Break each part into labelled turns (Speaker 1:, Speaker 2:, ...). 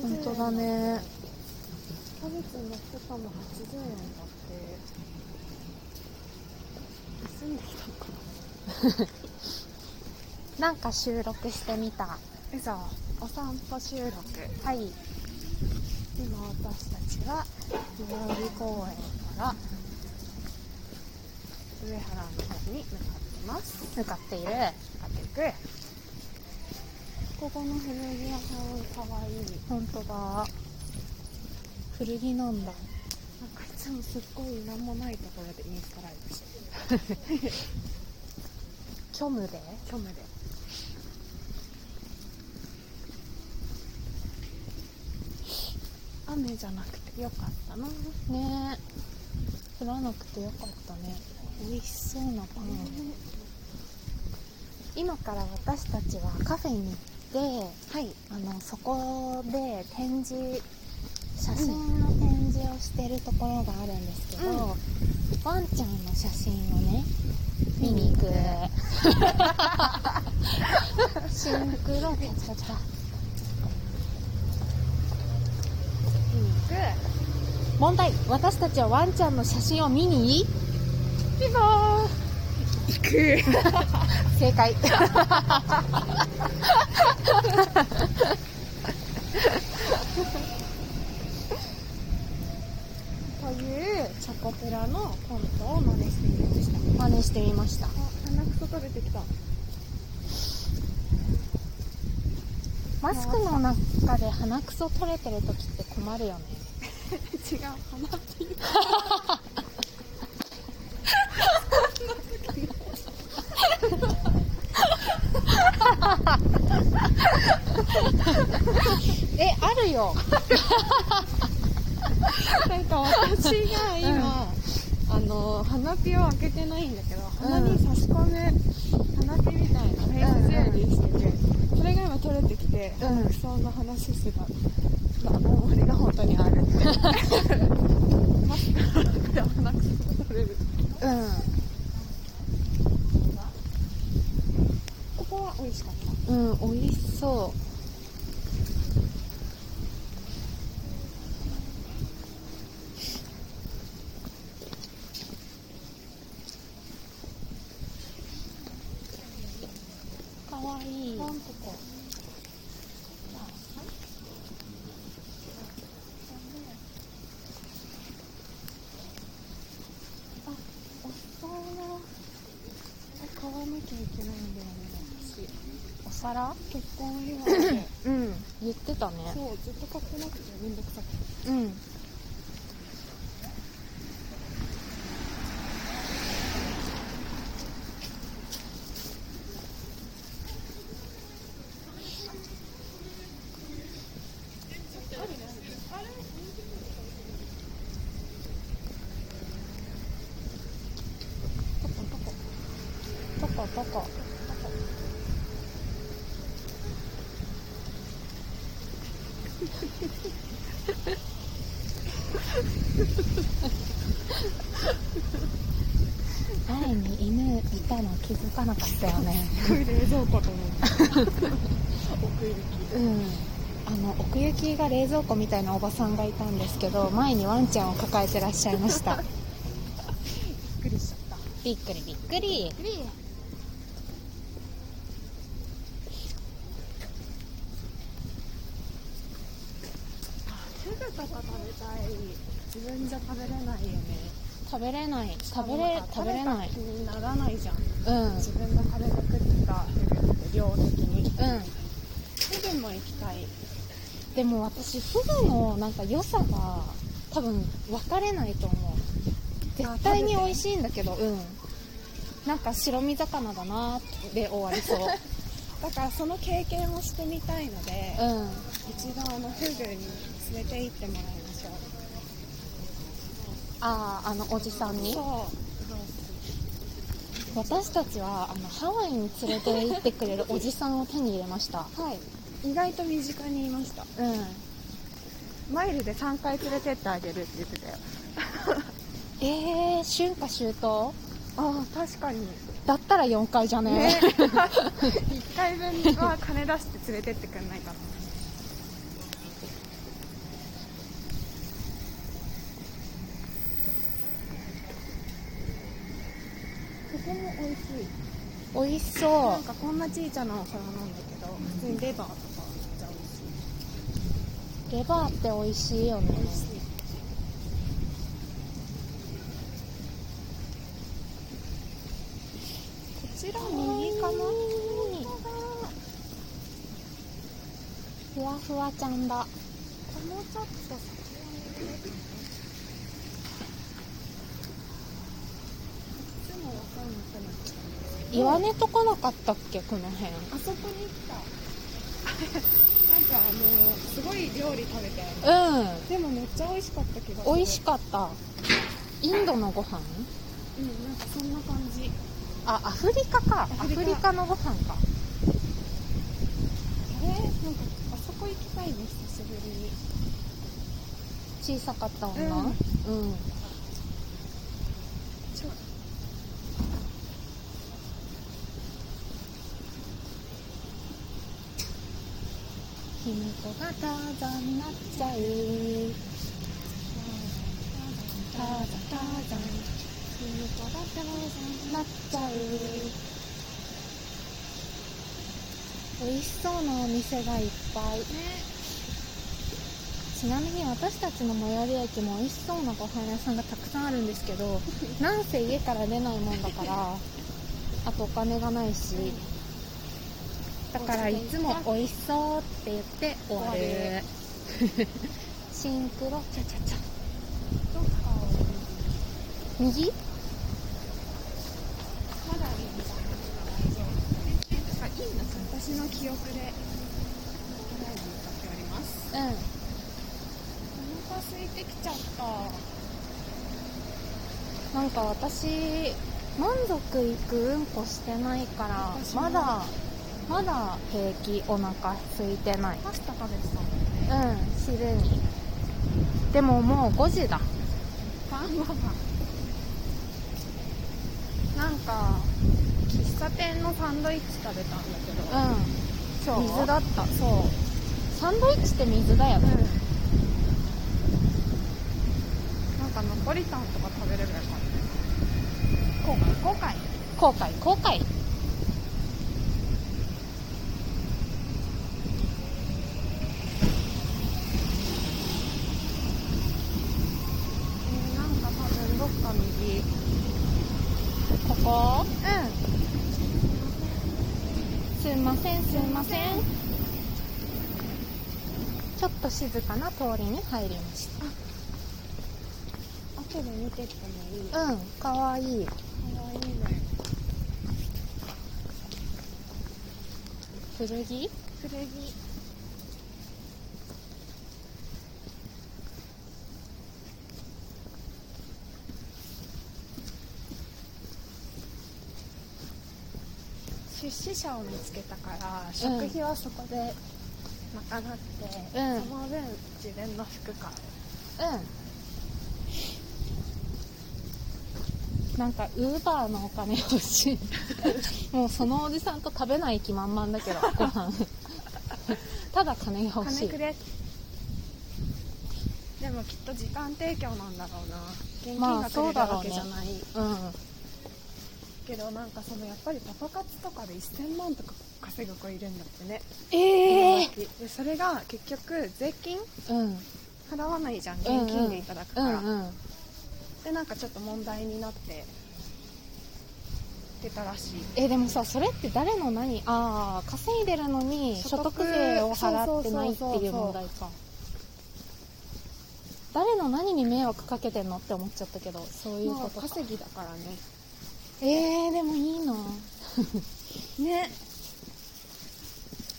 Speaker 1: 本当だね
Speaker 2: キャベツの一玉80円だって盗んできたのかな
Speaker 1: なんか収録してみた
Speaker 2: えさお散歩収録
Speaker 1: はい
Speaker 2: 今私たちは宮城公園から上原の方に向かってます
Speaker 1: 向かっている
Speaker 2: 向かっていくここの古着屋さんかわいい
Speaker 1: 本当だ古着なん
Speaker 2: なん
Speaker 1: だ
Speaker 2: かいつもすっごい何もないところでインスタライブしてる
Speaker 1: 虚無で
Speaker 2: 虚無で雨じゃなくてよかったな
Speaker 1: ねえ降らなくてよかったね美味しそうなパン、今から私たちはカフェに行って
Speaker 2: はい
Speaker 1: あのそこで展示写真の展示をしてるところがあるんですけど、
Speaker 2: うん
Speaker 1: ワンちゃんの写真をね見に行く、シンクロパチパチパ
Speaker 2: 見に行く
Speaker 1: 問題私たちはワンちゃんの写真を見に
Speaker 2: ピボー行く
Speaker 1: 正解
Speaker 2: というチョコプラのコントを真似してみました
Speaker 1: 真似してみました
Speaker 2: あ鼻くそ取れてきた
Speaker 1: マスクの中で鼻くそ取れてる時って困るよね
Speaker 2: 違う鼻ピー
Speaker 1: えあるよ
Speaker 2: なんか私が今、あの鼻ピを開けてないんだけど鼻に差し込む鼻ピみたいなフェイスジェルにしてて、それが今取れてきて
Speaker 1: うん
Speaker 2: 鼻くその鼻すすがの重りが本当にあるマスクの中で鼻くそが取れる
Speaker 1: うん
Speaker 2: ここは美味しかった
Speaker 1: うん、美味しそう。かわいい。
Speaker 2: ポンとこう。あ、お皿を買わなきゃいけないんだよね。私
Speaker 1: お皿
Speaker 2: 結婚祝いで、
Speaker 1: うん。言ってたね。
Speaker 2: そうずっと買ってなくてめんどくさくて。
Speaker 1: うん。
Speaker 2: どこどこ
Speaker 1: とことこ。前に犬いたの気づかなかったよね。
Speaker 2: トイレ冷蔵庫と思って。奥行き。
Speaker 1: うん、あの奥行きが冷蔵庫みたいなおばさんがいたんですけど前にワンちゃんを抱えてらっしゃいました
Speaker 2: びっくりしちゃった。
Speaker 1: びっくりびっくり
Speaker 2: びっくり。手がたが食べたい自分じゃ食べれないよね
Speaker 1: 食べれない食べれ
Speaker 2: んか
Speaker 1: 食べれない
Speaker 2: 食べた気にならないじゃん
Speaker 1: うんうん
Speaker 2: 自分が食べまくったフグって量的にフグも行きたい
Speaker 1: でも私フグのなんか良さが多分分かれないと思う
Speaker 2: あ
Speaker 1: 絶対に
Speaker 2: 食べて
Speaker 1: 美味しいんだけどうんなんか白身魚だなーで終わり そう
Speaker 2: だからその経験をしてみたいので、
Speaker 1: うん
Speaker 2: 一度あのフグに連れて行ってもらいましょう
Speaker 1: あああのおじさんに私たちはあのハワイに連れて行ってくれるおじさんを手に入れました
Speaker 2: そうはい意外と身近にいました
Speaker 1: うん
Speaker 2: マイルで3回連れてってあげるって言ってたよ
Speaker 1: えー、春夏秋冬
Speaker 2: ああ確かに
Speaker 1: だったら4回じゃね
Speaker 2: ね 1回分は金出して連れてってくんないかなこれも美味しい
Speaker 1: 美味しそ
Speaker 2: なんかこんなちいちゃなお皿なんだけど普通にレバーとかめっちゃ
Speaker 1: うレバーって美味しいよね
Speaker 2: 美味しい美味しいこちら右かな
Speaker 1: うん
Speaker 2: 本当だ
Speaker 1: ふわふわちゃんだ
Speaker 2: もうちょっと先を見ていつもわかんなくなっちゃ
Speaker 1: 言わねとこなかったっけこの辺
Speaker 2: うあそこに来たなんかあのすごい料理食べたよね
Speaker 1: う
Speaker 2: でもめっちゃ美味しかった気がする
Speaker 1: ん美味し
Speaker 2: く
Speaker 1: かったインドのご飯
Speaker 2: うんなんかそんな感じ
Speaker 1: あアフリカかア
Speaker 2: ア
Speaker 1: フ
Speaker 2: フ
Speaker 1: リ
Speaker 2: リ
Speaker 1: カ
Speaker 2: カ
Speaker 1: のご飯か
Speaker 2: あれなんかあそこ行きたいね久しぶりに
Speaker 1: 小さかった女うん、
Speaker 2: ちょ
Speaker 1: ひみこがターザンになっちゃうターザンターザンひみこがターザンになっちゃう美味しそうなお店がいっぱい
Speaker 2: ね
Speaker 1: ちなみに私たちの最寄り駅も美味しそうなご飯屋さんがたくさんあるんですけどなんせ家から出ないもんだからあとお金がないしだからいつも美味しそうって言って終わる
Speaker 2: 終わ
Speaker 1: シンクロチャチャチャ
Speaker 2: どっかを
Speaker 1: 右
Speaker 2: まだいいんだ大丈夫いいんだ私の記憶でドライブ向かっております
Speaker 1: う
Speaker 2: お腹空いてきちゃった。
Speaker 1: んなんか私満足いくうんこしてないから
Speaker 2: 私も
Speaker 1: まだまだ平気お腹空いてない
Speaker 2: パスタ食べてたもんね。
Speaker 1: うん昼にでももう5時だ
Speaker 2: パンママ。なんか、喫茶店のサンドイッチ食べたんだけど。
Speaker 1: う
Speaker 2: そうん
Speaker 1: 水だった
Speaker 2: そう。
Speaker 1: サンドイッチって水だよね、
Speaker 2: なんかナポリタンとか食べればよかった。後悔後悔。
Speaker 1: 後悔後悔
Speaker 2: えー、なんか多分どっか右。
Speaker 1: ここ
Speaker 2: う
Speaker 1: すいませんすいませんちょっと静かな通りに入りまし
Speaker 2: ん。後で見てってもいい。か
Speaker 1: たうんかわいい
Speaker 2: わいいね。
Speaker 1: 古着
Speaker 2: 古着。出資者を見つけたから、食費はそこで賄って、
Speaker 1: うん
Speaker 2: その分自分の服買う
Speaker 1: うんなんかウーバーのお金欲しい もうそのおじさんと食べない気満々だけどご飯ただ金が欲し
Speaker 2: 金
Speaker 1: い
Speaker 2: くれでもきっと時間提供なんだろうな現金
Speaker 1: まあ
Speaker 2: がくれたわけじゃ
Speaker 1: そう
Speaker 2: ない、
Speaker 1: うん
Speaker 2: けどなんかそのやっぱりパパ活とかで1000万とか稼ぐ子いるんだってね
Speaker 1: ええ
Speaker 2: でそれが結局税金
Speaker 1: うん
Speaker 2: 払わないじゃん現金でいただく
Speaker 1: う
Speaker 2: から、
Speaker 1: んうん
Speaker 2: でなんかちょっと問題になって出たらしい
Speaker 1: えでもさそれって誰の何ああ稼いでるのに所
Speaker 2: 所
Speaker 1: 得
Speaker 2: 得
Speaker 1: 税を払ってないって
Speaker 2: そうそうそううそ
Speaker 1: い
Speaker 2: う
Speaker 1: 問題か誰の何に迷惑かけてんのって思っちゃったけどそういう
Speaker 2: も
Speaker 1: こ
Speaker 2: う
Speaker 1: とか
Speaker 2: 稼ぎだからね
Speaker 1: えー、でもいいな
Speaker 2: ね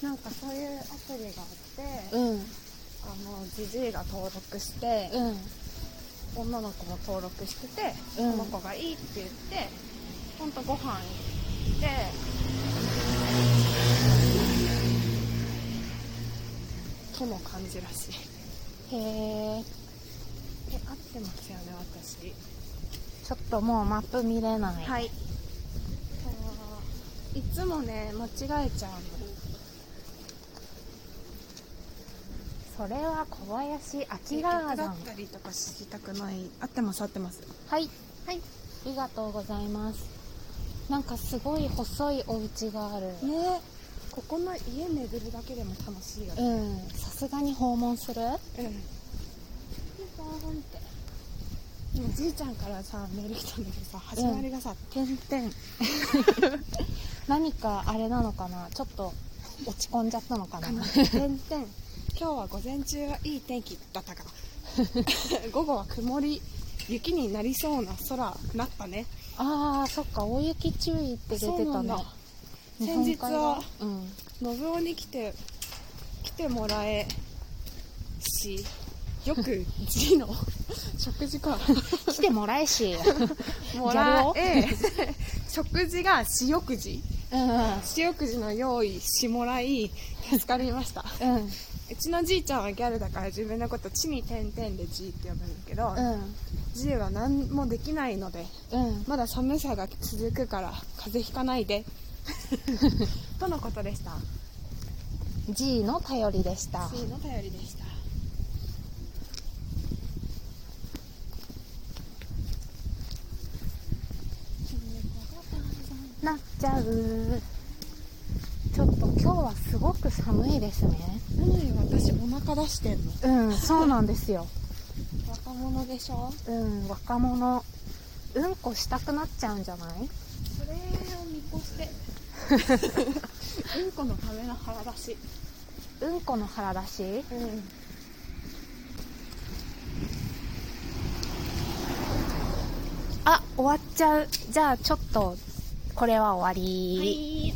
Speaker 2: なんかそういうアプリがあって、
Speaker 1: うん
Speaker 2: あのじじいが登録して、
Speaker 1: うん
Speaker 2: 女の子も登録してて、
Speaker 1: うん
Speaker 2: この子がいいって言ってほんとご飯行ってとの感じらしい
Speaker 1: へえ
Speaker 2: え合ってますよね私
Speaker 1: ちょっともうマップ見れない、
Speaker 2: はいそういつもね間違えちゃう
Speaker 1: それは小林
Speaker 2: の
Speaker 1: 明
Speaker 2: だ
Speaker 1: 川さん
Speaker 2: ったりとか知りたくない合ってます合ってます
Speaker 1: はい
Speaker 2: はい
Speaker 1: ありがとうございますなんかすごい細いお家がある
Speaker 2: ねここの家巡るだけでも楽しいよね
Speaker 1: うんさすがに訪問する
Speaker 2: うんポーンって今じいちゃんからさメール来たんだけどさ始まりがさ「てんてん」
Speaker 1: 何かあれなのかなちょっと落ち込んじゃったのかな
Speaker 2: か な「てんてん」今日は午前中はいい天気だったが 午後は曇り雪になりそうな空なったね
Speaker 1: あーそっか大雪注意って出て
Speaker 2: そうな
Speaker 1: た
Speaker 2: ん
Speaker 1: ね
Speaker 2: だ
Speaker 1: 日
Speaker 2: 先
Speaker 1: 本
Speaker 2: 日
Speaker 1: 海側
Speaker 2: は
Speaker 1: うん
Speaker 2: 信夫に来て来てもらえしよく G の 食事か
Speaker 1: 来てもら えし
Speaker 2: もらえ 食事が私欲時
Speaker 1: うん
Speaker 2: 私欲時の用意しもらい助かりました
Speaker 1: うんうん
Speaker 2: うちのじいちゃんはギャルだから自分のこと「地に点々」で「G」って呼ぶんだけど、G は何もできないので
Speaker 1: うん
Speaker 2: まだ寒さが続くから風邪ひかない でとのことでした
Speaker 1: G の頼りでした
Speaker 2: G の頼りでした
Speaker 1: なっちゃうちょっと今日はすごく寒いですね
Speaker 2: なのに私お腹出してんの
Speaker 1: うんそうなんですよ
Speaker 2: 若者でしょ
Speaker 1: うん若者うんこしたくなっちゃうんじゃない
Speaker 2: それを見越 してうんこのための腹出し
Speaker 1: うんこの腹出し
Speaker 2: うん
Speaker 1: あ終わっちゃうじゃあちょっとこれは終わり、
Speaker 2: はい